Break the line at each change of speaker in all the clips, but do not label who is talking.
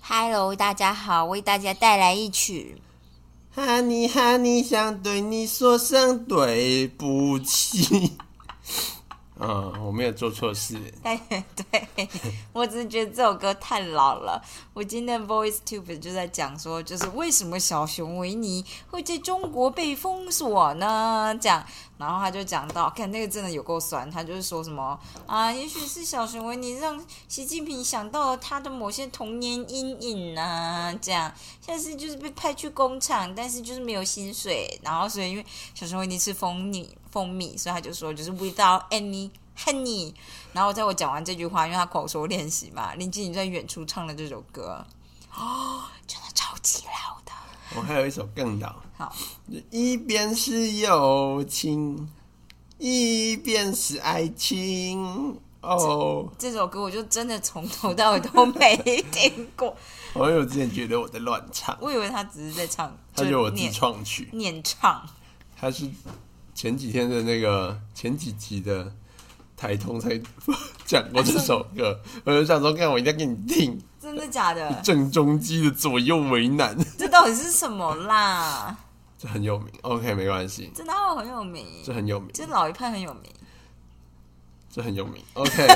Hello，大家好，为大家带来一曲。
哈尼哈尼，想对你说声对不起。 嗯，我没有做错事。
但对我只是觉得这首歌太老了。我今天 Voice Tube 就在讲说，就是为什么小熊维尼会在中国被封锁呢？这样，然后他就讲到，看那个真的有够酸，他就是说什么啊，也许是小熊维尼让习近平想到了他的某些童年阴影啊，这样，下次就是被派去工厂，但是就是没有薪水，然后所以因为小熊维尼吃蜂蜜，蜂蜜，所以他就说就是 without any。honey，然后在我讲完这句话，因为他口说练习嘛，林志颖在远处唱了这首歌，哦，真的超级老的。
我还有一首更老，
好，
一边是友情，一边是爱情。哦，
这首歌我就真的从头到尾都没听过，
我有之前觉得我在乱唱，
我以为他只是在唱，
它
就是
我自
念
创曲，
念唱。
它是前几天的那个前几集的台通才讲过
哎
这首歌，我就想说，看我一定要给你听，？
真的假的
郑中基的左右为难，
这到底是什么啦？
这很有名。OK，没关系，
这哪有很有名？
这很有名。
这老一派很有名。
这很有名。OK，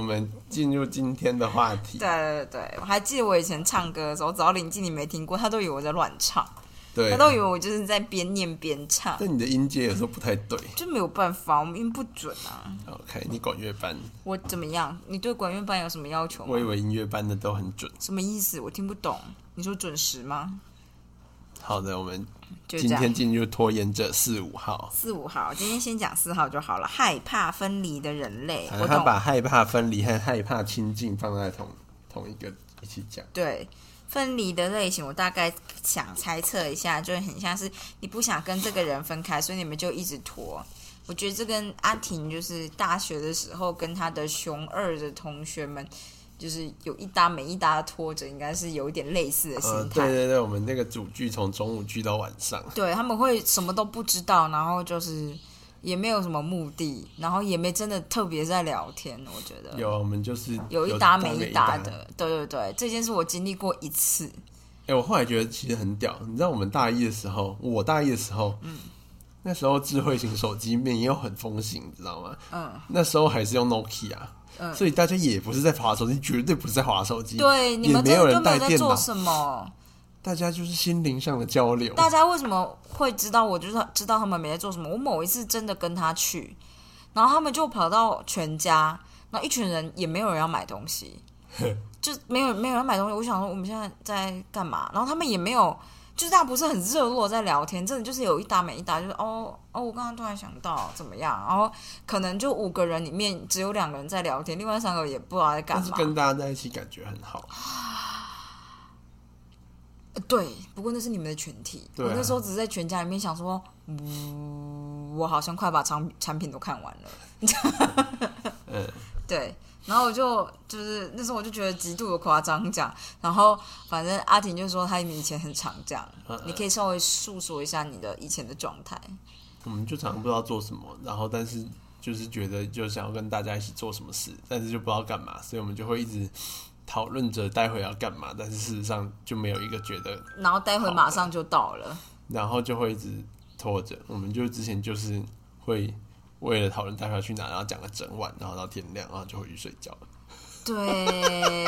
们进入今天的话题。
对对对，我还记得我以前唱歌的时候，只要林志颖没听过，他都以为我在乱唱，
对
他，都以为我就是在边念边唱。
但你的音阶有时候不太对。
就没有办法，我们音不准啊。
OK，你管乐班，
我怎么样？你对管乐班有什么要求
我以
吗？
为音乐班的都很准。
什么意思？我听不懂。你说准时吗？
好的，我们
就这
今天
样。
进入拖延者四五号。
四五号，今天先讲四号就好了。害怕分离的人类，
反
我
正他
懂。
把害怕分离和害怕亲近放在同同一个一起讲。
对分离的类型，我大概想猜测一下，就很像是你不想跟这个人分开，所以你们就一直拖。我觉得这跟阿婷就是大学的时候跟她的熊二的同学们，就是有一搭没一搭地拖着，应该是有一点类似的心
呃，
态。
对对对，我们那个主剧从中午剧到晚上，
对他们会什么都不知道，然后就是也没有什么目的，然后也没真的特别在聊天。我觉得
有我们就是
有一搭没一搭。的，对对对，这件事我经历过一次。
哎、我后来觉得其实很屌，你知道我们大一的时候，我大一的时候，嗯，那时候智慧型手机没有很风行，你知道吗？
嗯，
那时候还是用 Nokia，、
嗯
所以大家也不是在划手机，绝对不是在划手机，
对，你
也
们
没
真的就
人
没
带
有在
电
做
脑，
什么？
大家就是心灵上的交流。
大家为什么会知道我？就是知道他们没在做什么。我某一次真的跟他去，然后他们就跑到全家，然后一群人也没有人要买东西，就没有没有人买东西。我想说我们现在在干嘛？然后他们也没有，就是大家不是很热络在聊天，真的就是有一搭没一搭，就是哦哦，我刚刚突然想到怎么样，然后可能就五个人里面只有两个人在聊天，另外三个也不知道在干
但是
嘛。
跟大家在一起感觉很好，
呃对，不过那是你们的群体。
对啊
我那时候只是在全家里面想说，嗯，我好像快把产产品都看完了。
嗯，
对，然后我就就是那时候我就觉得极度的夸张这样，然后反正阿婷就说她以前很常这样，
嗯
你可以稍微诉说一下你的以前的状态。
我们就常常不知道做什么，然后但是就是觉得就想要跟大家一起做什么事，但是就不知道干嘛，所以我们就会一直讨论着待会要干嘛，但是事实上就没有一个觉得
然后待会马上就到了，
然后就会一直拖着。我们就之前就是会为了讨论待会要去哪，然后讲了整晚，然后到天亮，然后就回去睡觉了。
对，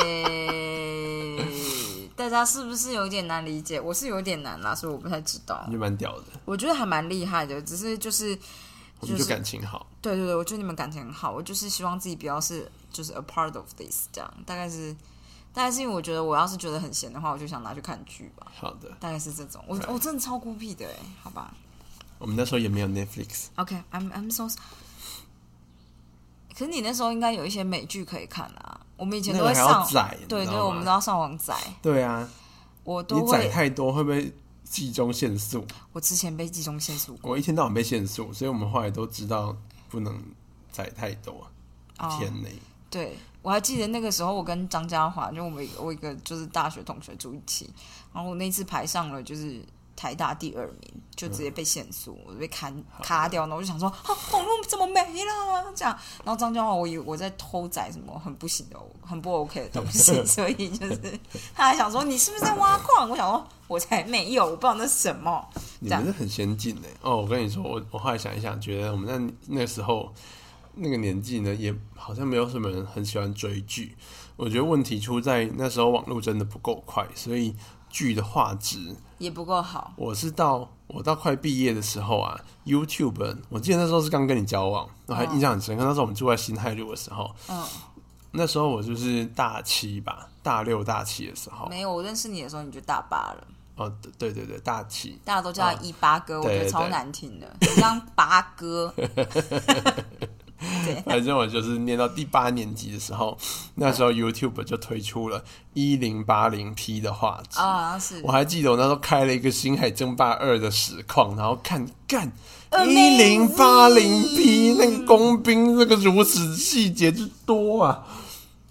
大家是不是有点难理解？我是有点难啦，所以我不太知道。
就蛮屌的，
我觉得还蛮厉害的，只是就是
我们
就
就是感情好。
对对对，我觉得你们感情很好，我就是希望自己不要是就是 a part of this 这样，大概是，大概是因为我觉得我要是觉得很闲的话，我就想拿去看剧吧，
好的，
大概是这种。我我真的超孤僻的哎，好吧
我们那时候也没有 Netflix，
，OK，I'm、I'm so。可是你那时候应该有一些美剧可以看啊，我们以前
那
都
个
会
还要
上，
载，你
对
知道
对，
吗
我们都要上网载，
对啊，
我都
你载
会，
太多会不会集中限速？
我之前被集中限速过，
我一天到晚被限速，所以我们后来都知道不能载太多，
哦
一天内。
对，我还记得那个时候，我跟张嘉华，就我们一个我一个就是大学同学住一起，然后我那次排上了就是台大第二名，就直接被限速，我就被砍卡掉。然后我就想说，啊，网络怎么没了？这样，然后张家华，我以为我在偷载什么很不行的、很不 OK 的东西，所以就是他还想说你是不是在挖矿？我想说我才没有，我不知道那是什么。
你
这样
们是很先进呢。哦，我跟你说，我我后来想一想，觉得我们那那时候那个年纪呢，也好像没有什么人很喜欢追剧。我觉得问题出在那时候网络真的不够快，所以剧的画质，
也不够好，
我是到我到快毕业的时候啊，YouTube，我记得那时候是刚跟你交往，我还印象很深刻。那时候我们住在新海路的时候，
嗯，
那时候我就是大七吧，大六大七的时候，
没有。我认识你的时候你就大八了，
哦，对对对，大七，
大家都叫他
哦
一八哥，我觉得
对
超
对
难听的，你当八 哥。
反正我就是念到第八年级的时候，那时候 YouTube 就推出了一零八零 P 的画质。
啊、好像是
我还记得我那时候开了一个《星海争霸二》的实况，然后看干一零
Amazing
八零 P 那个工兵那个如此细节之多啊，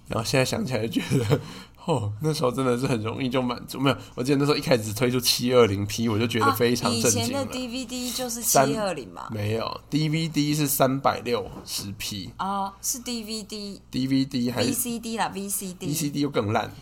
然后现在想起来就觉得。哦，那时候真的是很容易就满足，没有。我记得那时候一开始推出七二零 P，我就觉得非常
啊以
震
前
惊了。
的啊 DVD 就是七
三
二零嘛，
没有 DVD 是三百六十 P，
哦，是 DVD、
DVD 还是
VCD 啦，VCD。
VCD，E 又更烂，没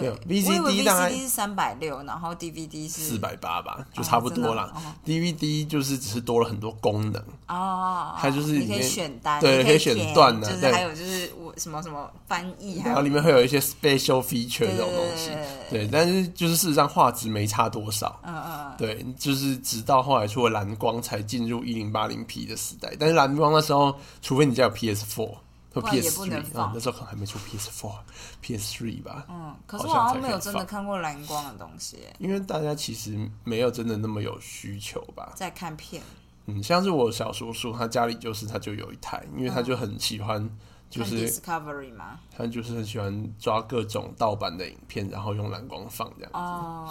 对
有
我以为
VCD 大
VCD
概
是三百六，然后 DVD 是
四百八吧，就差不多啦
真的哦。
DVD 就是只是多了很多功能，
哦，
它就是
你
里
可以
面
选单，
对
你
可以
填
选段啊
就是
对
还有就是我什么什么翻译，还
然后
有
里面会有一些 special feature
对
这种东西
对对。
对，但是就是事实上画质没差多少。
嗯嗯
对，就是直到后来出了蓝光，才进入一零八零 P 的时代。但是蓝光那时候，除非你家有 PS Four 和
不然也
PS
不
Three
能
啊
放，
那时候可能还没出 PS Four、PS Three 吧。
嗯，可是我
好像
好
才
像没有
可以
真的
放
看过蓝光的东西耶，
因为大家其实没有真的那么有需求吧，
在看片，
嗯，像是我小叔叔，他家里就是他就有一台，因为他
嗯
就很喜欢，就
看
是、
Discovery 吗？
他就是很喜欢抓各种盗版的影片，然后用蓝光放这样，
哦，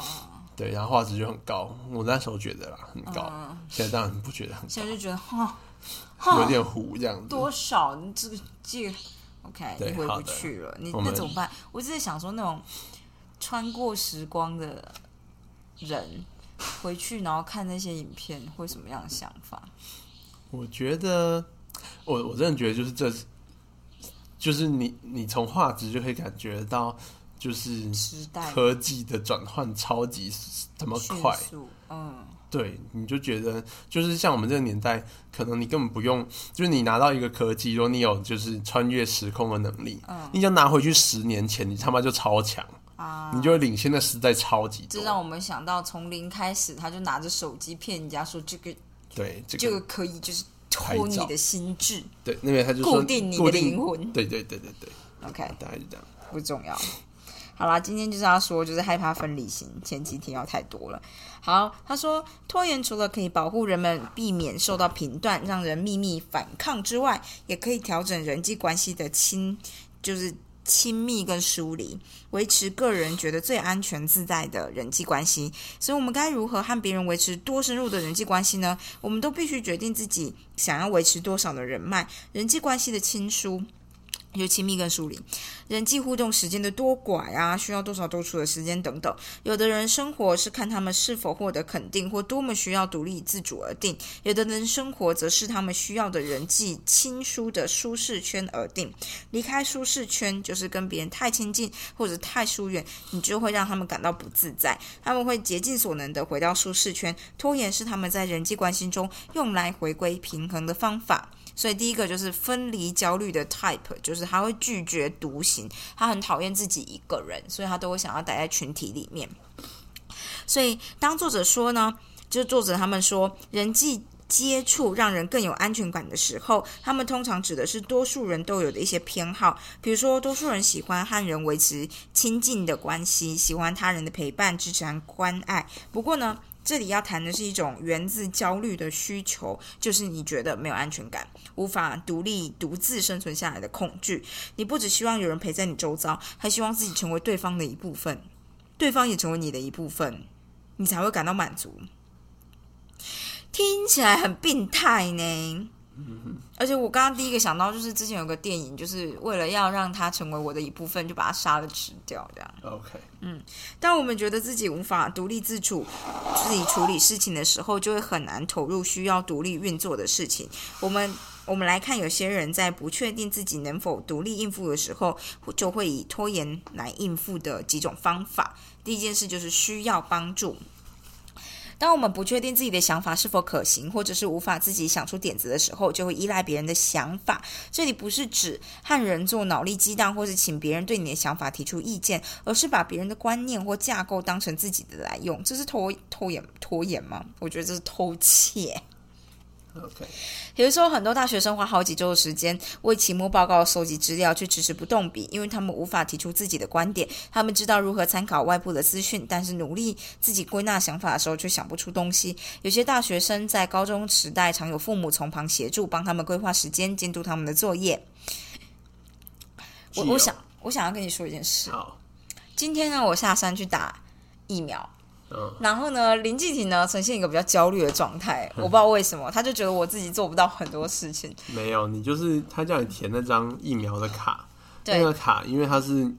对，然后画质就很高。我那时候觉得啦，很高，
嗯
现在当然不觉得很
现
高
在，就觉得哈，
有
哈，
点糊这样子。
多少？你这个这个，OK，
对
你回
好
不
的
去了，你
我
那
们
怎么办？我只是想说，那种穿过时光的人回去，然后看那些影片，会什么样的想法？
我觉得，我我真的觉得就是这，就是你你从画质就可以感觉到，就是
时代
科技的转换超级怎么
迅
快，
速，嗯，
对，你就觉得就是像我们这个年代，可能你根本不用，就是你拿到一个科技，如果你有就是穿越时空的能力，
嗯
你想拿回去十年前，你他妈就超强，
啊，
你就会领先的时代超级
这
多。
让我们想到从零开始，他就拿着手机骗人家说这个
对，这
这
个
个可以就是
拍
偷你
照
的心智
对，那边他就说
固定你的灵魂
对对对对对，
，OK，
大概就这样。
不重要。好啦，今天就是要说，就是害怕分离型，前期提到太多了。好，他说拖延除了可以保护人们避免受到评断，让人秘密反抗之外，也可以调整人际关系的亲，就是亲密跟疏离，维持个人觉得最安全自在的人际关系。所以，我们该如何和别人维持多深入的人际关系呢？我们都必须决定自己想要维持多少的人脉，人际关系的亲疏，就亲密跟疏离。人际互动时间的多寡啊，需要多少独处的时间等等。有的人生活是看他们是否获得肯定或多么需要独立自主而定；有的人生活则是他们需要的人际亲疏的舒适圈而定。离开舒适圈就是跟别人太亲近或者太疏远，你就会让他们感到不自在。他们会竭尽所能的回到舒适圈，拖延是他们在人际关系中用来回归平衡的方法。所以第一个就是分离焦虑的 type，就是他会拒绝独行，他很讨厌自己一个人，所以他都会想要待在群体里面。所以当作者说呢，就是作者他们说人际。接触让人更有安全感的时候，他们通常指的是多数人都有的一些偏好，比如说多数人喜欢和人维持亲近的关系，喜欢他人的陪伴、支持和关爱。不过呢，这里要谈的是一种源自焦虑的需求，就是你觉得没有安全感，无法独立独自生存下来的恐惧。你不只希望有人陪在你周遭，还希望自己成为对方的一部分，对方也成为你的一部分，你才会感到满足。听起来很病态呢，而且我刚刚第一个想到就是之前有个电影，就是为了要让它成为我的一部分，就把它杀了吃掉这样。
OK，
当我们觉得自己无法独立自主、自己处理事情的时候，就会很难投入需要独立运作的事情。我们我们来看，有些人在不确定自己能否独立应付的时候，就会以拖延来应付的几种方法。第一件事就是需要帮助。当我们不确定自己的想法是否可行，或者是无法自己想出点子的时候，就会依赖别人的想法。这里不是指和人做脑力激荡，或是请别人对你的想法提出意见，而是把别人的观念或架构当成自己的来用，这是拖拖延拖延吗？我觉得这是偷窃。
OK，
有的时候，很多大学生花好几周的时间为期末报告收集资料，却迟迟不动笔，因为他们无法提出自己的观点。他们知道如何参考外部的资讯，但是努力自己归纳想法的时候，却想不出东西。有些大学生在高中时代常有父母从旁协助，帮他们规划时间，监督他们的作业。我
既有
我想，我想要跟你说一件事。
好，
今天呢，我下山去打疫苗，
嗯，
然后呢，林继廷呢呈现一个比较焦虑的状态，我不知道为什么，他就觉得我自己做不到很多事情。
没有，你就是他叫你填那张疫苗的卡，
对
那个卡，因为它是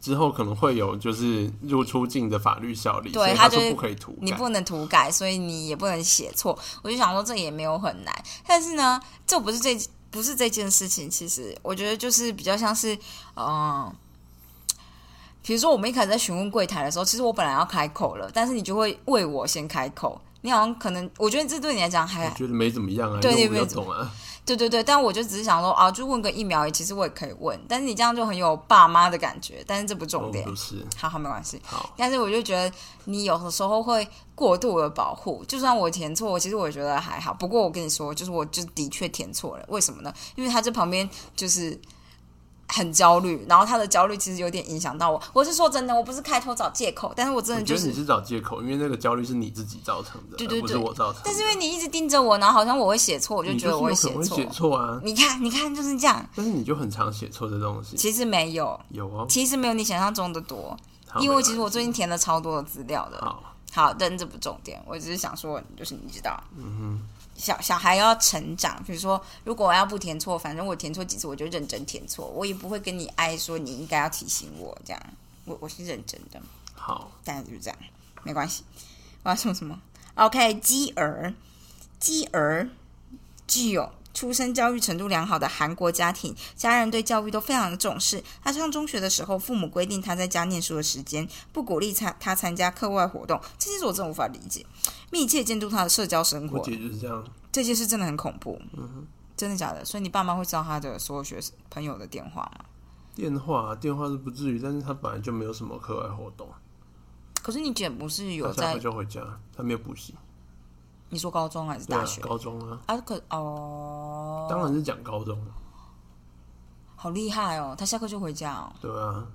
之后可能会有就是入出境的法律效力，
对
所以
它
它
就是
说不可以涂
你
改。
不能涂改，所以你也不能写错。我就想说这也没有很难，但是呢，这不是这不是这件事情，其实我觉得就是比较像是嗯。比如说，我们一开始在询问柜台的时候，其实我本来要开口了，但是你就会为我先开口。你好像可能，我觉得这对你来讲还
我觉得没怎么样啊，
哎对
因
对
为我比较
没怎
懂啊，
对对对，但我就只是想说啊，就问个疫苗，其实我也可以问，但是你这样就很有爸妈的感觉，但是这不重
我
点。
不是。
好好，没关系。
好，
但是我就觉得你有的时候会过度的保护，就算我填错，其实我觉得还好。不过我跟你说，就是我就的确填错了，为什么呢？因为他这旁边就是很焦虑，然后他的焦虑其实有点影响到我。我是说真的，我不是开头找借口，但是我真
我
的
觉
就
得你
是。
是找借口，因为那个焦虑是你自己造成的，
对对
而不是
对
我造成的。
但是因为你一直盯着我，然后好像我会写错，我就
你
觉得我
是有
会
可能会
错。
写错啊，
你看，你看，就是这样。
但是你就很常写错这东西。
其实没有，
有哦，
其实没有你想象中的多，
好
因
没
为
关
其实我
系
最近填了超多的资料的。
好，
好，但这不重点，我只是想说，就是你知道，嗯小小孩要成长，比如说，如果我要不填错，反正我填错几次，我就认真填错，我也不会跟你哀说你应该要提醒我这样，我我是认真的，
好，
大概就是这样，没关系。我要说什么？OK，基儿，基儿具有出生教育程度良好的韩国家庭，家人对教育都非常的重视。他上中学的时候，父母规定他在家念书的时间，不鼓励参他参加课外活动。这件事我真的无法理解，密切监督他的社交生
我
活，
姐就是这样。
这件事真的很恐怖。真的假的？所以你爸妈会知道他的所有学生朋友的电话吗？
电话电话是不至于，但是他本来就没有什么课外活动，
可是你姐不是有
他下
在
课就回家，他没有补习，
你说高中还是
对
大
啊
学，
高中啊，
啊？可哦，
当然是讲高中，
好厉害哦！他下课就回家哦，
对啊，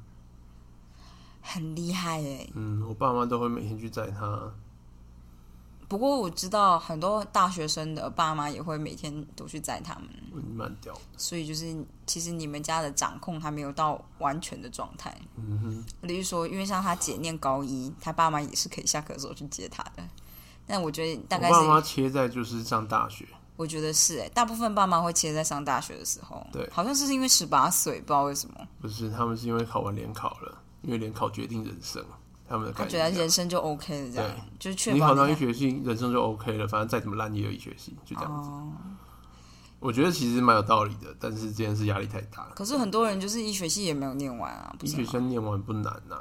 很厉害耶。
嗯，我爸妈都会每天去载他，
不过我知道很多大学生的爸妈也会每天都去载他们，
嗯慢掉，
所以就是其实你们家的掌控还没有到完全的状态。
嗯哼，
例如说，因为像他姐念高一，他爸妈也是可以下课的时候去接他的。但我觉得大
我
概
爸妈
是，
切在就是上大学，
我觉得是哎，大部分爸妈会接在上大学的时候，
对
好像是因为十八岁，不知道为什么，
不是他们是因为考完联考了，因为联考决定人生，他们的
他
感
觉得
觉
人。生就 OK 了，这
对
样就是确
你
保
考到
你
医学系，人生就 OK 了，反正再怎么烂也有医学系，就这样子。
哦，
我觉得其实蛮有道理的，但是这件事压力太大。
可是很啊多人就是医学系也没有念完啊，不
医
是
学
吗？
生念完不难呐、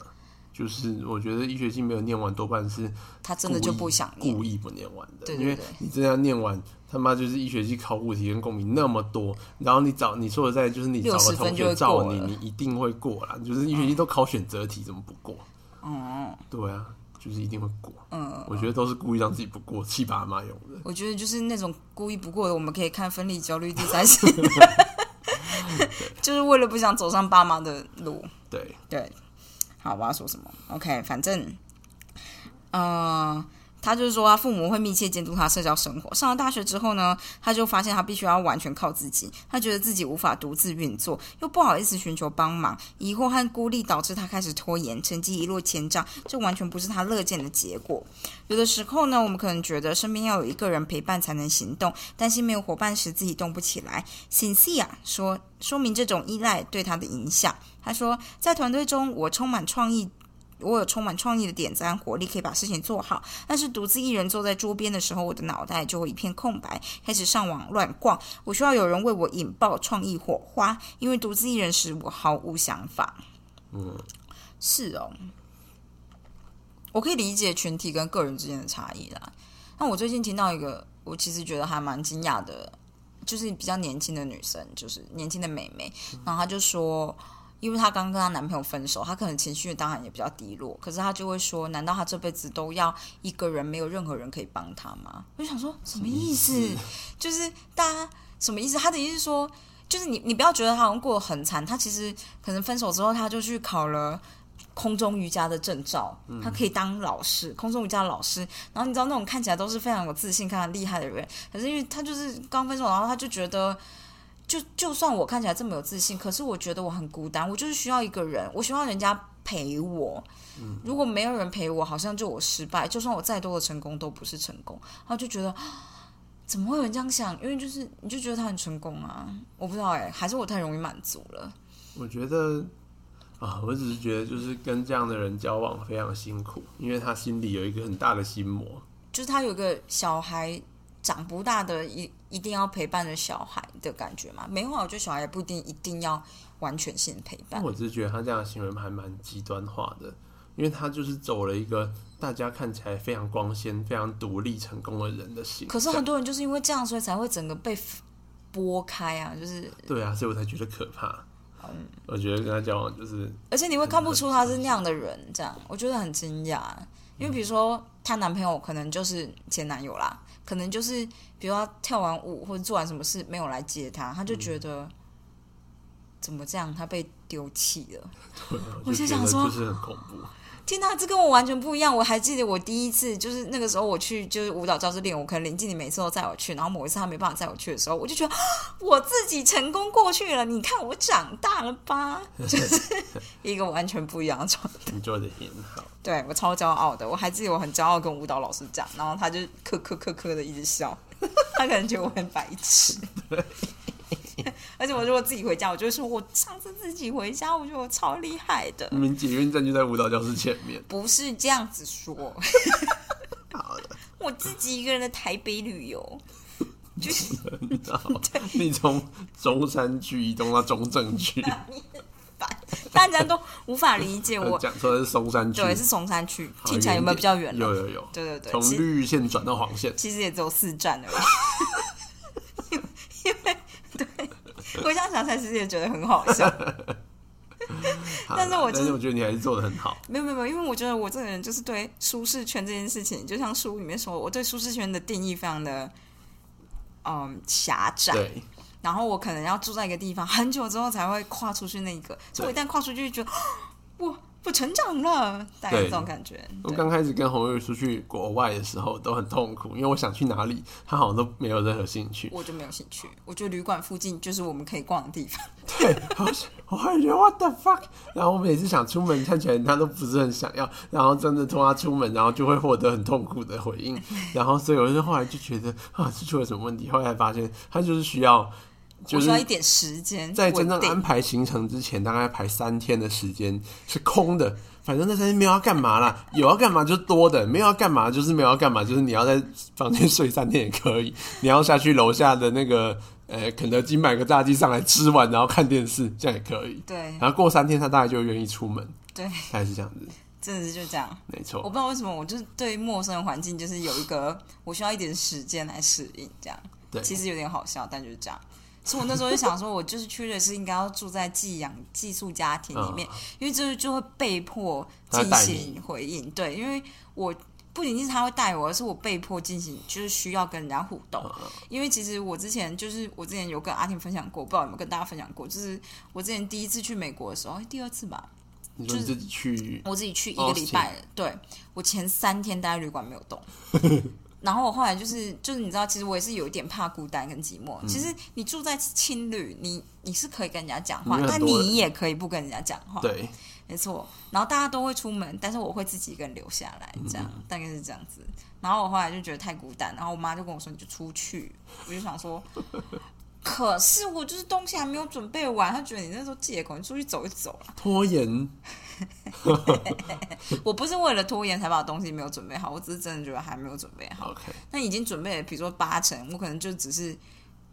就是我觉得医学系没有念完，多半是
他真的就不想念
故。意不念完的，
对对
因为
对
你真的要念完，他妈就是医学系考古题跟公民那么多，然后你找你说的在就是你找
60分
个同
就会
学照
过
你，
了
你一定会过啦。就是医学系都考选择题，怎么不过？
嗯，
对啊，就是一定会过。
嗯，
我觉得都是故意让自己不过，气爸妈用的。
我觉得就是那种故意不过的，我们可以看《分离焦虑第三性》，就是为了不想走上爸妈的路。
对，
对，好，我要说什么？OK，反正，呃，他就是说他父母会密切监督他社交生活。上了大学之后呢，他就发现他必须要完全靠自己，他觉得自己无法独自运作，又不好意思寻求帮忙，疑惑和孤立导致他开始拖延，成绩一落千丈，这完全不是他乐见的结果。有的时候呢，我们可能觉得身边要有一个人陪伴才能行动，担心没有伙伴时自己动不起来。Sincia 说，说明这种依赖对他的影响。他说，在团队中，我充满创意。我有充满创意的点子和活力，可以把事情做好。但是独自一人坐在桌边的时候，我的脑袋就会一片空白，开始上网乱逛。我需要有人为我引爆创意火花，因为独自一人时我毫无想法。
嗯，
是哦，我可以理解群体跟个人之间的差异啦。那我最近听到一个，我其实觉得还蛮惊讶的，就是比较年轻的女生，就是年轻的妹妹，然后她就说。因为她刚跟她男朋友分手，她可能情绪当然也比较低落，可是她就会说：“难道她这辈子都要一个人，没有任何人可以帮她吗？”我就想说，什么意思？ 就是大家什么意思？她的意思是说，就是你你不要觉得她好像过得很惨，她其实可能分手之后，她就去考了。空中瑜伽的证照，她可以当老师，空中瑜伽老师。然后你知道那种看起来都是非常有自信、非常厉害的人，可是因为她就是刚分手，然后她就觉得，就就算我看起来这么有自信，可是我觉得我很孤单，我就是需要一个人，我需要人家陪我。如果没有人陪我，好像就我失败，就算我再多的成功都不是成功。然后就觉得。啊怎么会有人这样想？因为就是你就觉得他很成功啊，我不知道哎、还是我太容易满足了。
我觉得啊，我只是觉得就是跟这样的人交往非常辛苦，因为他心里有一个很大的心魔。
就是他有一个小孩长不大的一一定要陪伴的小孩的感觉嘛。没有啊，我觉得小孩也不一定一定要完全性陪
但
伴。
我只是觉得他这样的行为还蛮极端化的，因为他就是走了一个大家看起来非常光鲜、非常独立、成功的人的形象。
可是很多人就是因为这样，所以才会整个被拨开啊，就是
对啊，所以我才觉得可怕。
嗯
我觉得跟他交往就是
而且你会看不出他是那样的人，这样我觉得很惊讶。因为比如说她男朋友可能就是前男友啦，可能就是比如她跳完舞或者做完什么事没有来接她，她就觉得、怎么这样，她被丢弃了。
对啊，
我
就
就
觉
想
得
说
就是很恐怖。
天呐，这跟我完全不一样。我还记得我第一次就是那个时候我去就是舞蹈教室练舞，可能林静你每次都载我去，然后某一次她没办法载我去的时候，我就觉得啊我自己成功过去了。你看我长大了吧， 就是 一个完全不一样的状态。
你做的很好，
对我超骄傲的，我还记得我很骄傲跟舞蹈老师讲，然后他就咳咳咳咳的一直笑， 他可能觉得我很白痴。 而且我如果自己回家，我就会说我上次自己回家，我觉得我超厉害的。
你们捷运站就在舞蹈教室前面。
不是这样子说，
好的，
我自己一个人的台北旅游，
你知道， 你从中山区移动到中正区，
大家都无法理解
呃
我。
讲错的是松山区，
对，是松山区，
好
听起来有没有比较远
有
了？
有有，
对对对，
从
其实
绿线转到黄线，
其实也只有四站而已。 因为因为对，我这样想起来，其实也觉得很好笑。
好
但是
啦
我就是
但是我觉得你还是做的很好，
没有没有没有，因为我觉得我这个人就是对舒适圈这件事情，就像书里面说，我对舒适圈的定义非常的嗯狭窄，
对，
然后我可能要住在一个地方很久之后才会跨出去那一个，所以我一旦跨出去就觉 得我我成长了，大概
对
这种感觉。
我
对
刚开始跟红瑞出去国外的时候都很痛苦，因为我想去哪里，他好像都没有任何兴趣。
我就没有兴趣，我觉得旅馆附近就是我们可以逛的地方。
对，我我会觉得 what the fuck，然后我每次想出门，看起来他都不是很想要，然后真的拖他出门，然后就会获得很痛苦的回应，然后所以我就后来就觉得啊，是出了什么问题？后来发现他就是需要，就
我需
是
要一点时间，
在真正
稳定
安排行程之前，大概排三天的时间是空的。反正那三天没有要干嘛啦，有要干嘛就多的，没有要干嘛就是没有要干嘛，就是你要在房间睡三天也可以， 你要下去楼下的那个呃肯德基买个炸鸡上来吃完，然后看电视，这样也可以。
对
然后过三天他大概就愿意出门，
对，
大概是这样子，
真的是就这样。
没
我
错。
不知道为什么，我就是对陌生的环境就是有一个 我需要一点时间来适应，这样
对，
其实有点好笑，但就是这样。所以我那时候就想说，我就是去的是应该要住在寄养寄宿家庭里面，因为就是就会被迫进
嗯他会带你
行回应，对，因为我不仅仅是他会带我，而是我被迫进行，就是需要跟人家互
嗯
动。因为其实我之前就是我之前有跟阿婷分享过，不知道有没有跟大家分享过，就是我之前第一次去美国的时候，哎第二次吧，
你说你自己去，
我自己去一
哦
个礼拜了，对我前三天待在旅馆没有 动。然后我后来就是就是你知道，其实我也是有一点怕孤单跟寂寞。
嗯
其实你住在青旅，你你是可以跟人家讲话
因，为很
但
多人
你也可以不跟人家讲话。，
对，
没错。然后大家都会出门，但是我会自己一个人留下来，
嗯
这样、大概是这样子。然后我后来就觉得太孤单，然后我妈就跟我说：“你就出去。”我就想 说，可是我就是东西还没有准备完，她觉得你那时候借口，你出去走一走啦。
拖延
我不是为了拖延才把东西没有准备好，我只是真的觉得还没有准备好。
，OK。
那已经准备了，比如说八成，我可能就只是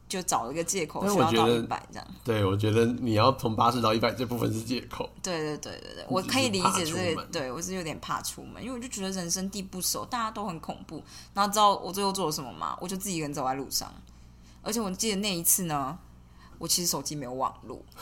就找了一个借口，
但
需
我
要
觉
到
得
一百这样。
对，我觉得你要从八十到一百这部分是借口，
对对对对对，
你
我
只
可以
是
理
怕
解
出
这个，
门
对我是有点怕出门，因为我就觉得人生地不熟，大家都很恐怖。然后知道我最后做了什么吗？我就自己一个人走在路上，而且我记得那一次呢，我其实手机没有网路。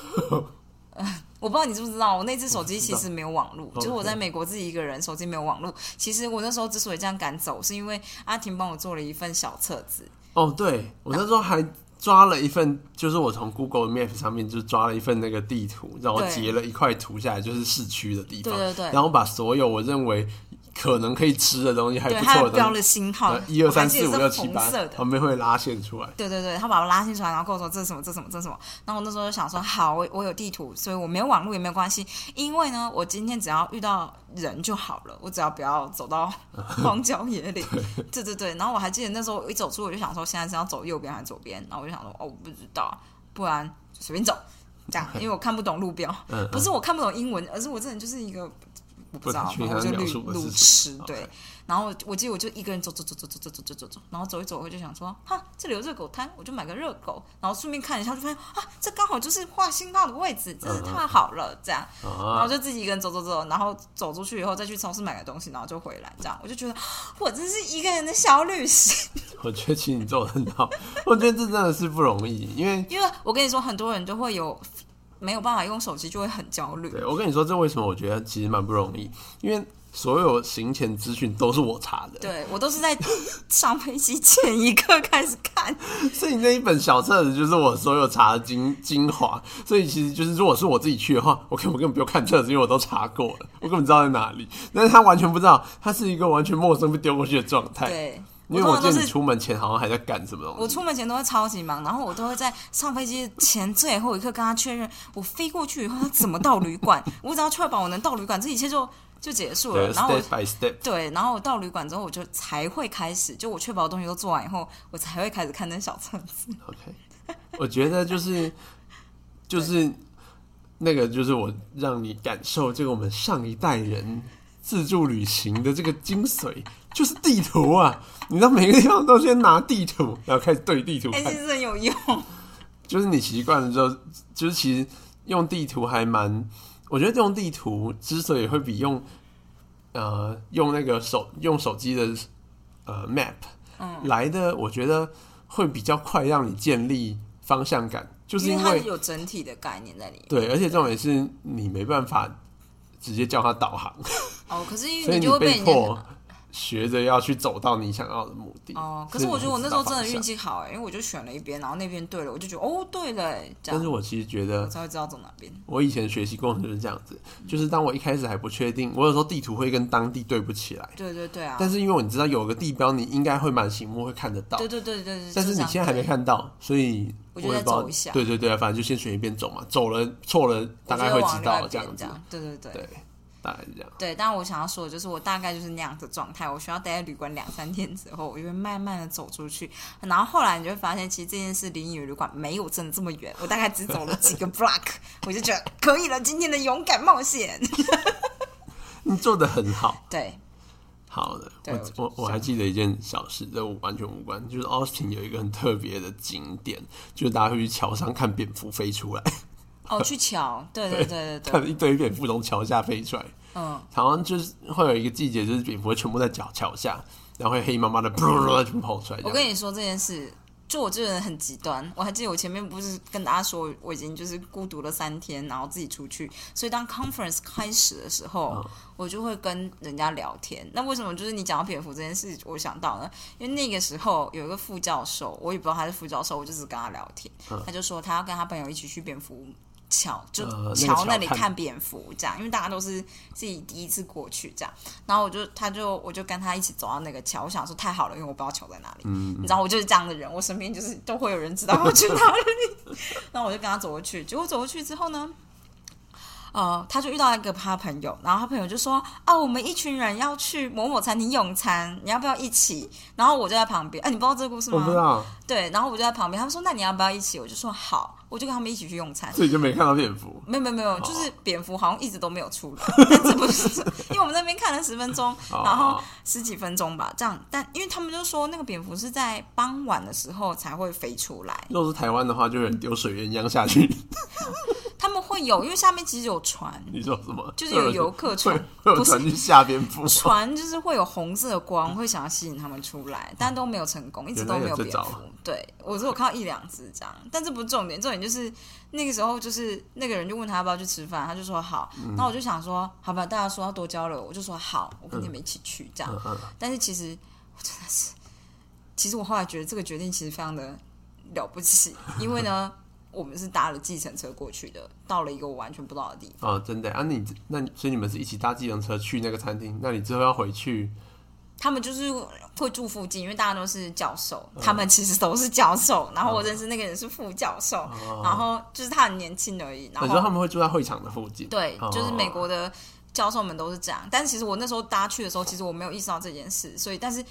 我不知道你知不知道，我那只手机其实没有 网络，
道
就是我在
哦 OK
美国自己一个人，手机没有网络。其实我那时候之所以这样敢走，是因为阿婷帮我做了一份小册子，
哦，对我那时候还抓了一份，就是我从 Google Map 上面就抓了一份那个地图，然后
对
截了一块图下来，就是市区的地方，
对对对
然后把所有我认为可能可以吃的东西还
对，
不
他
错
还
的
标
东
了
西，呃
星号，
一二
我还
三
记得
四五
是
六七
红
八
色，的，
旁边会拉线出来，
对对对，他把我拉进出来，然后跟我说这是什么，这是什么，这是什么。然后我那时候就想说，好，我我有地图，所以我没有网络也没有关系，因为呢，我今天只要遇到人就好了，我只要不要走到荒郊野岭。对对对，然后我还记得那时候我一走出，我就想说现在是要走右边还是左边，然后我就想说哦，我不知道，不然就随便走。这样，因为我看不懂路标，
嗯，
不是我看不懂英文，而是我这人就是一个我不知道，反
不听
正我
他
就
描
路
述的
路
事
痴
情，
对
OK。
然后我记得我就一个人走走走走走走走走走走，然后走一走，我就想说，哈，这里有热狗摊，我就买个热狗，然后顺便看一下，就发现啊，这刚好就是画星号的位置，真是太好了，这样。然后
啊，
就自己一个人走走走，然后走出去以后再去超市买个东西，然后就回来，这样我就觉得 我真是一个人的小旅行。
我觉得其实你做的很好，我觉得这真的是不容易，因为
因为我跟你说，很多人都会有没有办法用手机，就会很焦虑。
对我跟你说，这为什么我觉得其实蛮不容易，因为所有行前资讯都是我查的，
对我都是在上飞机前一刻开始看，
所以那一本小册子就是我所有查的精精华，所以其实就是如果是我自己去的话，我根本根本不用看册子，因为我都查过了，我根本知道在哪里。但是他完全不知道，他是一个完全陌生被丢过去的状态。
对。
因为
通
我
常
记
都
得你
是
出门前好像还在干什么东西。
我出门前都会超级忙，然后我都会在上飞机前最后一刻跟他确认，我飞过去以后他怎么到旅馆， 我只要确保我能到旅馆，这一切就就结束了。
对
然后我
，step by step，
对，然后我到旅馆之后，我就才会开始，就我确保东西都做完以后，我才会开始看那小册 子。
OK，我觉得就是就是那个就是我让你感受这个我们上一代人自助旅行的这个精髓，就是地图啊！你知道每个地方都先拿地图，然后开始对地图
哎、
看
其，实很有用。
就是你习惯了之后，就是其实用地图还蛮，我觉得用地图之所以会比用呃用那个手用手机的呃 map
嗯
来的，我觉得会比较快让你建立方向感， 就是
因为
因
它
为
有整体的概念在里面。
对，而且重点是你没办法直接叫它导航，
哦，可是因
所
为你
以你
就会被
被
人家
迫学着要去走到你想要的目的。
哦，可是我觉得我那时候真的运
气，
气好哎、因为我就选了一边，然后那边对了，我就觉得哦对了、欸，这
但是
样
我其实觉得
我才会知道走哪边。
我以前学习过程就是这样子，就是当我一开始还不确定，我有时候地图会跟当地对不起来，
对对对啊，
但是因为我你知道有个地标，你应该会蛮醒目会看得到，
对对对对对，
但
就
是你
这样
现在还没看到，所以
我
我
就
也
再
不知道
走一下
对对对，反正就先选一边走嘛，走了错了大概会知道
这
这样子，
样，对对对
对，大概是这样。
对。但我想要说的就是，我大概就是那样子状态。我需要待在旅馆两三天之后，我就会慢慢的走出去。然后后来你就会发现，其实这件事离你的旅馆没有真的这么远，我大概只走了几 个 block，我就觉得可以了，今天的勇敢冒险。
你做的很好，
对，
好的。
对
我我我还记得一件小事，这完全无关，就是 Austin 有一个很特别的景点，就是大家会去桥上看蝙蝠飞出来，
哦，去瞧，对对对 对
看
对，
一堆蝙蝠从桥下飞出来。
嗯，
好像就是会有一个季节，就是蝙蝠会全部在脚桥下，然后会黑麻麻的噗噗噗全部跑出来这
我
样。
跟你说这件事，就我这个人很极端。我还记得我前面不是跟大家说，我已经就是孤独了三天，然后自己出去。所以当 conference 开始的时候，
嗯
我就会跟人家聊天。那为什么就是你讲到蝙蝠这件事，我想到呢？因为那个时候有一个副教授，我也不知道他是副教授，我就只跟他聊天。他就说他要跟他朋友一起去蝙蝠桥，就
嗯呃那个
桥那
桥
里
看
看蝙蝠这样，因为大家都是自己第一次过去这样。然后我就他就我就跟他一起走到那个桥，我想说太好了，因为我不知道桥在哪
嗯
里。你知道我就是这样的人，我身边就是都会有人知道我去哪里。然后我就跟他走过去，结果走过去之后呢，呃，他就遇到一个他朋友，然后他朋友就说啊，我们一群人要去某某餐厅用餐，你要不要一起？然后我就在旁边，哎、你不知道这个故事
我
吗？
不知道，
对，然后我就在旁边，他们说那你要不要一起？我就说好，我就跟他们一起去用餐。
所以就没看到蝙蝠。
没有没有没
哦
有，就是蝙蝠好像一直都没有出来， 但这不是因为我们那边看了十分钟，
哦
然后十几分钟吧，这样。但因为他们就说那个蝙蝠是在傍晚的时候才会飞出来，
如果是台湾的话，就有人丢水鸳鸯下去。
他们会有，因为下面其实有船，
你说什么？
就是有游客船
会会有
不是
船去吓蝙 蝠。
船就是会有红色的光，会想要吸引他们出来，但都没有成功，一直都没有蝙
嗯原来有
蝠
这招。
对，我只有看到一两只这样，但这不是重点，重点就是那个时候就是那个人就问他要不要去吃饭，他就说好，
嗯
那、我就想说好吧，大家说要多交流，我就说好，我跟你们一起去这样。
嗯嗯，
但是其实我真的是，其实我后来觉得这个决定其实非常的了不起，因为呢，我们是搭了计程车过去的，到了一个我完全不知道的地方。
哦，真的啊？你那你所以你们是一起搭计程车去那个餐厅？那你之后要回去？
他们就是会住附近，因为大家都是教授，
嗯
他们其实都是教授。然后我认识那个人是副教授，然后就是他很年轻而已。然
哦你
后
说他们会住在会场的附近？
对，啊
哦
就是美国的教授们都是这样。但是其实我那时候搭去的时候，其实我没有意识到这件事，所以但是。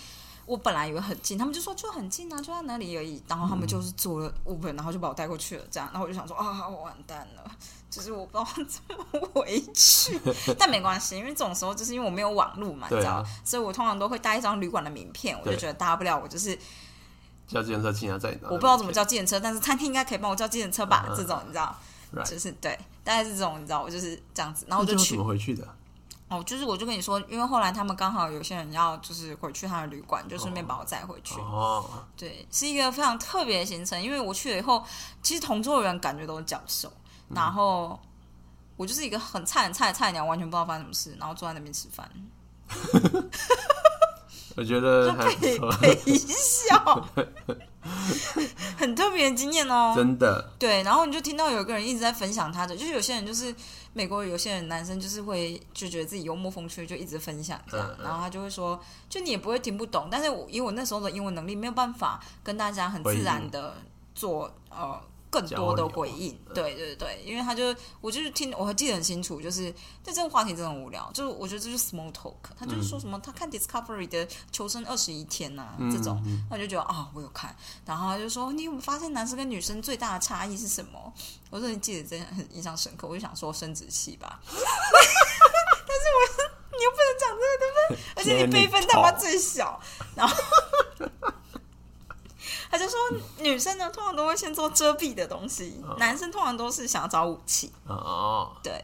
我本来以为很近，他们就说就很近啊，就在那里而已。然后他们就是坐了 Uber，然后就把我带过去了，这样。然后我就想说啊，我完蛋了，就是我不知道怎么回去。但没关系，因为这种时候就是因为我没有网路嘛，你
对
知道
啊，，
所以我通常都会带一张旅馆的名片，我就
对
觉得大不了我就是
叫计程车请他在哪？
我不知道怎么叫计程车，但是餐厅应该可以帮我叫计程车吧，
嗯嗯
这种你知道
Right
就是对，大概是这种你知道，我就是这样子，然后
那
我就
最后
去
怎么回去的？
哦，就是我就跟你说，因为后来他们刚好有些人要就是回去他的旅馆，就顺便把我载回去，
哦，
对，是一个非常特别的行程，因为我去了以后，其实同桌的人感觉都是教授，
嗯
然后。我就是一个很菜很菜的菜鸟，完全不知道发生什么事，然后坐在那边吃饭，
我觉得还
可
不
以
错，
可以 笑，很特别的经验哦。
真的。
对，然后你就听到有一个人一直在分享他的，就是有些人就是美国有些人男生就是会就觉得自己幽默风趣，就一直分享这样，
嗯嗯
然后他就会说，就你也不会听不懂，但是我因为我那时候的英文能力没有办法跟大家很自然的做呃更多的回应，对对对，因为他就我就是听我还记得很清楚，就是但这个话题真的很无聊，就是我觉得这就是 small talk，他就是说什么、他看 Discovery 的求生二十一天呐、
嗯
这种，那我就觉得啊、我有看，然后他就说你有没有发现男生跟女生最大的差异是什么？我真的记得真的很印象深刻，我就想说生殖器吧， 但是我是你又不能讲这个对不对？而且你辈分他妈最小， 然后他就说女生呢通常都会先做遮蔽的东西，男生通常都是想要找武器，
哦，
对。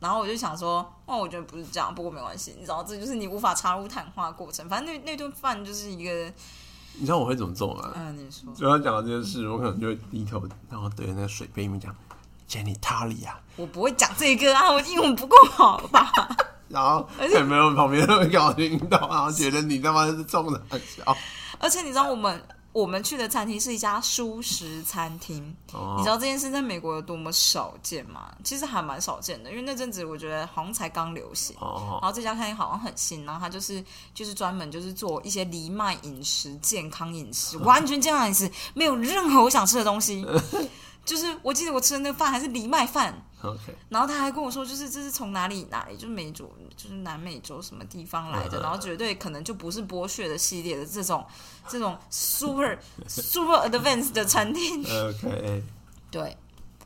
然后我就想说，哦，我觉得不是这样，不过没关系，你知道，这就是你无法插入谈话的过程。反正那那顿饭就是一个，
你知道我会怎么做吗？
嗯、你说，
就他讲到这件事，我可能就会低头，然后对着那个水杯里面讲 genitalia，
我不会讲这个啊，我英文不够好吧？
然后有没有旁边都会搞听到，然后觉得你他妈是中了笑。
而且你知道我们我们去的餐厅是一家素食餐厅，
哦
你知道这件事在美国有多么少见吗？其实还蛮少见的，因为那阵子我觉得好像才刚流行。
哦，
然后这家餐厅好像很新，然后它就是就是专门就是做一些藜麦饮食、健康饮 食，完全健康饮食，没有任何我想吃的东西。就是我记得我吃的那个饭还是藜麦饭，
OK，
然后他还跟我说，就是这是从哪里哪里，就是美洲，就是南美洲什么地方来的，
嗯嗯嗯
然后绝对可能就不是剥削的系列的这种这种 super super advanced 的餐厅。
OK，
对，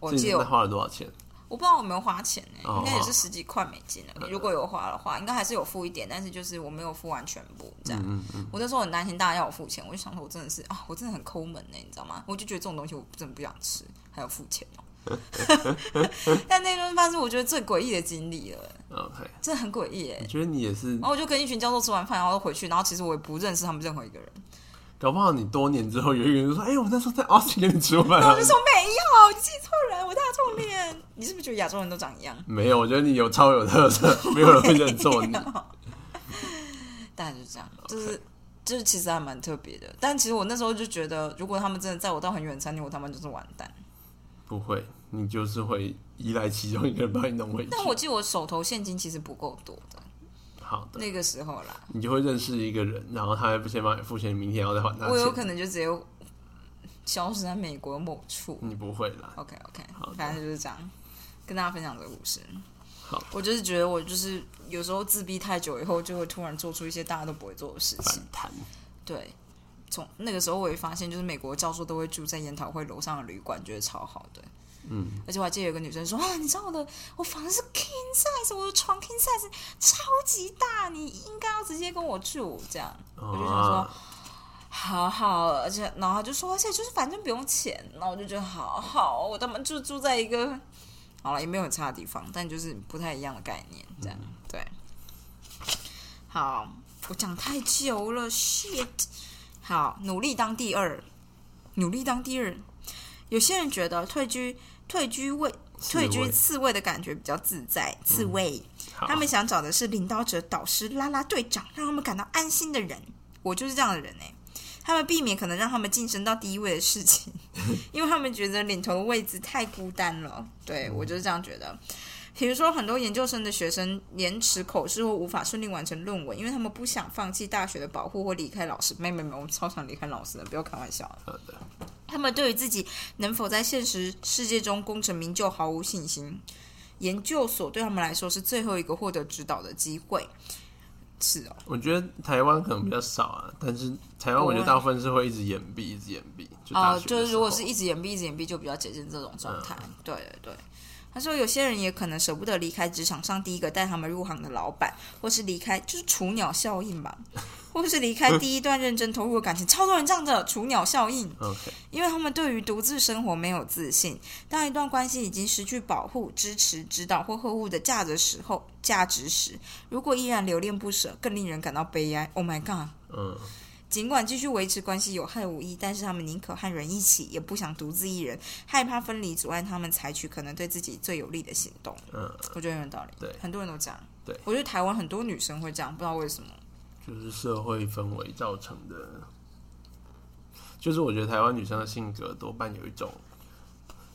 我
所以
记
你
得
那
我
花了多少钱？
我不知道我有没有花钱呢、
哦
应该也是十几块美金了。如果有花的话，应该还是有付一点，但是就是我没有付完全部这样。
嗯嗯，
我那时候很担心大家要我付钱，我就想说，我真的是啊，我真的很抠门呢、你知道吗？我就觉得这种东西我真的不想吃，还要付钱哦、 但那顿饭是我觉得最诡异的经历了。
嗯 OK，
真的很诡异
我
哎。
觉得你也是
然，后我就跟一群教授吃完饭，然后回去，然后其实我也不认识他们任何一个人。
搞不好你多年之后有一个人说：“哎、我那时候在奥斯汀跟你吃啊过饭。”
然后我就说没有，你记错人，我大众恋。你是不是觉得亚洲人都长一 样？
没有，我觉得你有超有特色，没有人会认 错你。
大概就是这样，就是就是其实还蛮特别的。但其实我那时候就觉得，如果他们真的载我到很远的餐厅，我他妈就是完蛋。
不会，你就是会依赖其中一个人把你弄回去。
但我记得我手头现金其实不够多的，
好的，
那个时候啦，
你就会认识一个人，然后他会先帮你付钱，明天要再还他
我有
钱。
可能就直接消失在美国某处。
你不会啦，
OK OK，
好的
反正就是这样，跟大家分享这个故事。
好，
我就是觉得我就是有时候自闭太久以后，就会突然做出一些大家都不会做的事情
反。弹。
对，从那个时候我也发现，就是美国教授都会住在研讨会楼上的旅馆，觉得超好的。
嗯，
而且我还记得有个女生说啊，你知道我的我房子是 king size，我的床 king size 超级大，你应该要直接跟我住这样。我就想说
啊，
好好，而且然后他就说，而且就是反正不用钱，然后我就觉得好好，我他妈就住在一个好了也没有很差的地方，但就是不太一样的概念，这
嗯
样、对。好，我讲太久了，shit。好，努力当第二，努力当第二。有些人觉得退居退居位
刺
退
猬
居刺猬的感觉比较自在，刺猬。
好
他们想找的是领导者、导师、啦啦队长，让他们感到安心的人。我就是这样的人哎、他们避免可能让他们晋升到第一位的事情， 因为他们觉得领头的位置太孤单了。对我就是这样觉得。比如说，很多研究生的学生延迟口试或无法顺利完成论文，因为他们不想放弃大学的保护或离开老师。没没没，我们超常离开老师的，不要开玩笑。
好的，
他们对于自己能否在现实世界中功成名就毫无信心。研究所对他们来说是最后一个获得指导的机会。是哦，
我觉得台湾可能比较少啊，但是台湾我觉得大部分是会一直掩蔽，一直掩蔽。就大
啊，
学的
就是
时
如果
候嗯
是一直延毕，一直延毕，就比较接近这种状态。对对对。他说，有些人也可能舍不得离开职场上第一个带他们入行的老板，或是离开就是雏鸟效应吧，或是离开第一段认真投入的感情，超多人这样的雏鸟效应。
OK，
因为他们对于独自生活没有自信。当一段关系已经失去保护、支持、指导或呵护的价值时候，价值时，如果依然留恋不舍，更令人感到悲哀。Oh my god！
嗯，
尽管继续维持关系有害无益，但是他们宁可和人一起，也不想独自一人，害怕分离阻碍他们采取可能对自己最有利的行动。
嗯，
我觉得很有道理，
对
很多人都这样。
对
我觉得台湾很多女生会这样，不知道为什么。
就是社会氛围造成的。就是我觉得台湾女生的性格多半有一种，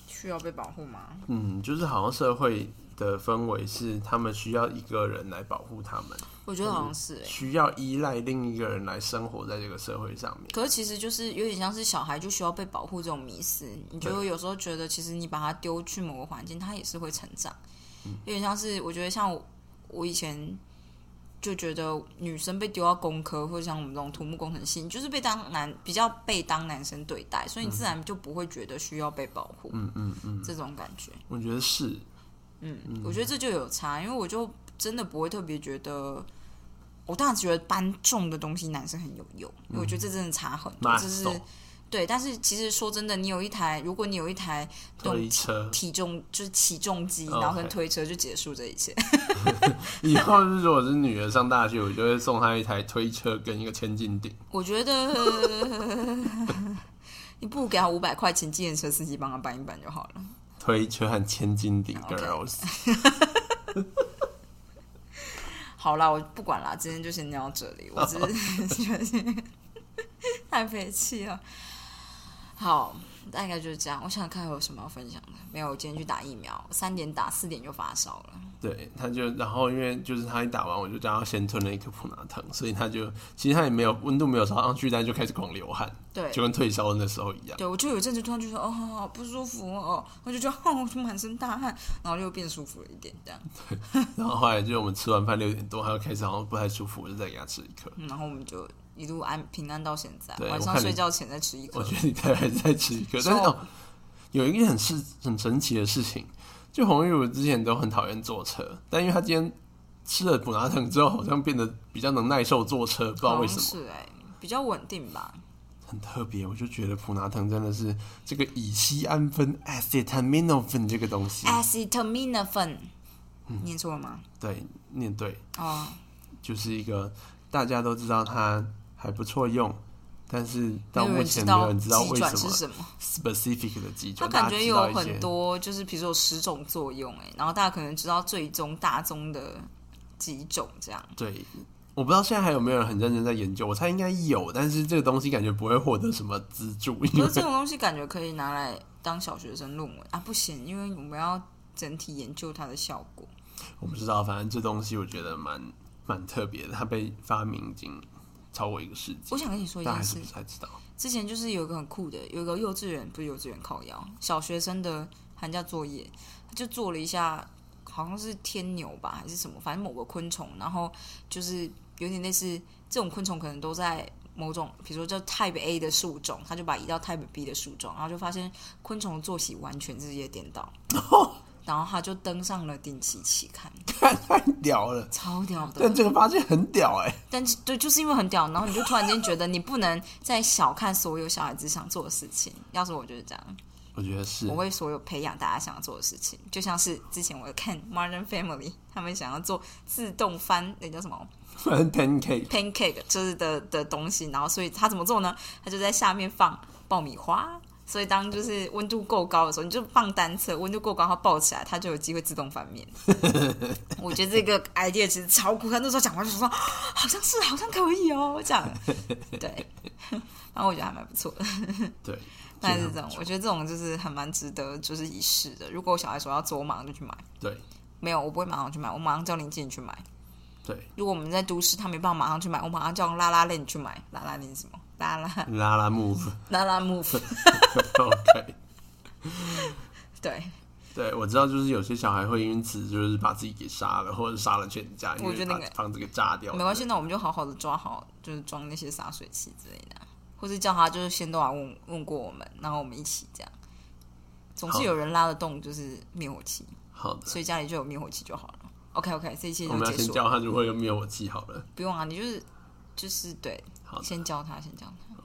需要被保护吗？
嗯，就是好像社会的氛围是他们需要一个人来保护他们，
我觉得
嗯
好像是、欸，
需要依赖另一个人来生活在这个社会上面。
可是其实就是有点像是小孩就需要被保护这种迷思，你就会有时候觉得其实你把他丢去某个环境，他也是会成长。
嗯
有点像是我觉得像我我以前就觉得女生被丢到工科或者像我们这种土木工程系，你就是被当男比较被当男生对待，所以你自然就不会觉得需要被保护、
嗯嗯嗯，
这种感觉。
我觉得是，
嗯，我觉得这就有差，因为我就真的不会特别觉得。我当然觉得搬重的东西男生很有用，因为我觉得这真的差很多，
马
这是
手
对，但是其实说真的，你有一台，如果你有一台
推车，
体重就是起重机，
OK
然后跟推车就结束这一切。
以后如果是女儿上大学，我就会送她一台推车跟一个千斤顶。
我觉得 你不如给他五百块钱，计程车司机帮他搬一搬就好了。
推车和千斤顶
OK
girls，
好啦，我不管啦，今天就先聊到这里。我只是 觉得太悲气了。好，大概就是这样。我想想看还有什么要分享的。没有，我今天去打疫苗，三点打，四点就发烧了。
对，他就然后因为就是他一打完，我就叫他先吞了一颗普拿疼，所以他就其实他也没有温度没有烧上去，但就开始狂流汗，
对，
就跟退烧那时候一样。
对，我就有一阵子突然就说，哦，好好不舒服哦，我就觉得，哦，我就满身大汗，然后又变舒服了一点这样，
然后后来就我们吃完饭六点多，他又开始好像不太舒服，我就再给他吃一颗。
嗯然后我们就一路安平安到现在，
对
晚
我
上
看
睡
你
觉前再吃一
我
颗
觉，得你大概再吃一颗，但是、
说
哦、有一个很是很神奇的事情，就红玉我之前都很讨厌坐车，但因为他今天吃了普拿疼之后，好像变得比较能耐受坐车，不知道
好
为
像
什么，
是哎、比较稳定吧，
很特别。我就觉得普拿疼真的是这个乙酰氨酚 （acetaminophen） 这个东西，
哎 acetaminophen，、念
嗯
错了吗？
对，念对，
哦，
就是一个大家都知道它还不错用，但是到
没
目
人
前
知
没
道
有人知道
急
为
转
什
是
么
什么，
specific 的基
它
准，
感
大家
觉
知
有
道一些
很多，就是比如说有十种作用哎、然后大家可能知道最终大宗的几种这样。
对，我不知道现在还有没有人很认真在研究，我猜应该有，但是这个东西感觉不会获得什么资助，因
可
为
是这种东西感觉可以拿来当小学生论文啊，不行，因为我们要整体研究它的效果。
我不知道，反正这东西我觉得蛮蛮特别的，它被发明已经超过一个世纪
我，想跟你说一
大家
件
还是
事
不，太知道。
之前就是有一个很酷的，有一个幼稚园不是幼稚园靠腰，小学生的寒假作业，他就做了一下，好像是天牛吧还是什么，反正某个昆虫，然后就是有点类似这种昆虫可能都在某种，比如说叫 Type A 的树种，他就把移到 Type B 的树种，然后就发现昆虫的作息完全日夜颠倒，然后他就登上了定期期刊，
太屌了，
超屌的。
但这个发现很屌哎、
但是对，就是因为很屌，然后你就突然间觉得你不能再小看所有小孩子想做的事情。要是我就是这样，
我觉得是
我，为所有培养大家想要做的事情，就像是之前我有看 Modern Family，他们想要做自动翻，那叫什么
反正 pancake
pancake，就是的的东西，然后所以他怎么做呢？他就在下面放爆米花。所以当就是温度够高的时候，你就放单侧，温度够高它爆起来，它就有机会自动翻面。我觉得这个 idea 其实超酷，他那时候讲完就说啊好像是，好像可以哦，这样。对，然后我觉得还蛮不错的。
对，
但是
这
这
样
种，我觉得这种就是很蛮值得就是一试的。如果我小孩说要做，我马上就去买。
对
没有，我不会马上去买，我马上叫林静去买。
对，
如果我们在都市，他没办法马上去买，我马上叫拉拉链去买。拉拉链是什么？拉拉
拉拉 move
拉拉 move。
OK。
对，
对，我知道，就是有些小孩会因此就是把自己给杀了，或者杀了全家，因
我觉
为
得那
把
个
房子给炸掉。
没关系，那我们就好好的抓好，就是装那些洒水器之类的啊，或是叫他就是先都来问问过我们，然后我们一起这样。总是
好
有人拉得动，就是灭火器，
好的，
所以家里就有灭火器就好了。OK OK，这一切
我
就
们要
结
先
束了，
教他如何用灭火器好了。
不用啊，你就是就是对，
好的，
先教他，先教他。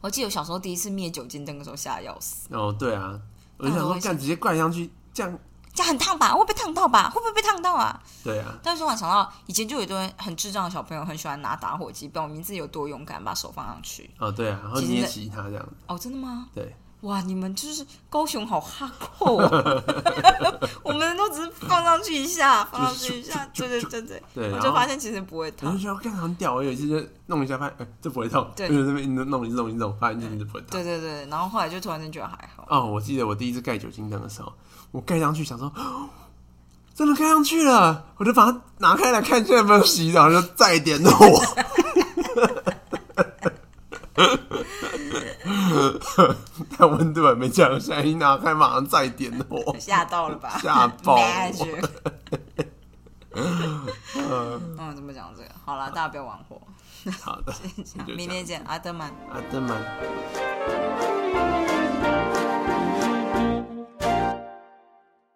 我记得我小时候第一次灭酒精灯的时候吓得要死，
哦，对啊，我就
那
想
嗯哦我
说
会
干直接灌上去，这样
这样很烫吧？会被烫到吧？会不会被烫到啊？
对啊，
但是突然想到，以前就有一堆很智障的小朋友很喜欢拿打火机，不知道我们自己有多勇敢，把手放上去。
哦对啊，然后
其实
捏
那
起他这样，
哦，真的吗？
对，
哇，你们就是高雄好哈扣 哦！我们都只是放上去一下，放上去一下，对对对对，
对
我
然
就
后嗯
发现其实不会
我就
烫。
觉得干很屌。我有一次就弄一下，发现哎这不会痛，
嗯对
就在那边弄一弄一弄，发现真的不会痛
对。对对，然后后来就突然间觉得还好，，
哦，我记得我第一次盖酒精灯的时候，我盖上去想说， 真的盖上去了，我就把它拿开来看现在有没有洗，然后就再点火。 但温度还没降下，一拿开马上再点火
吓到了吧？
吓爆
Magic 嗯，怎么讲这个？好了，大家不要玩火。
好的，就这样啊
明天见，阿德曼。
阿德曼。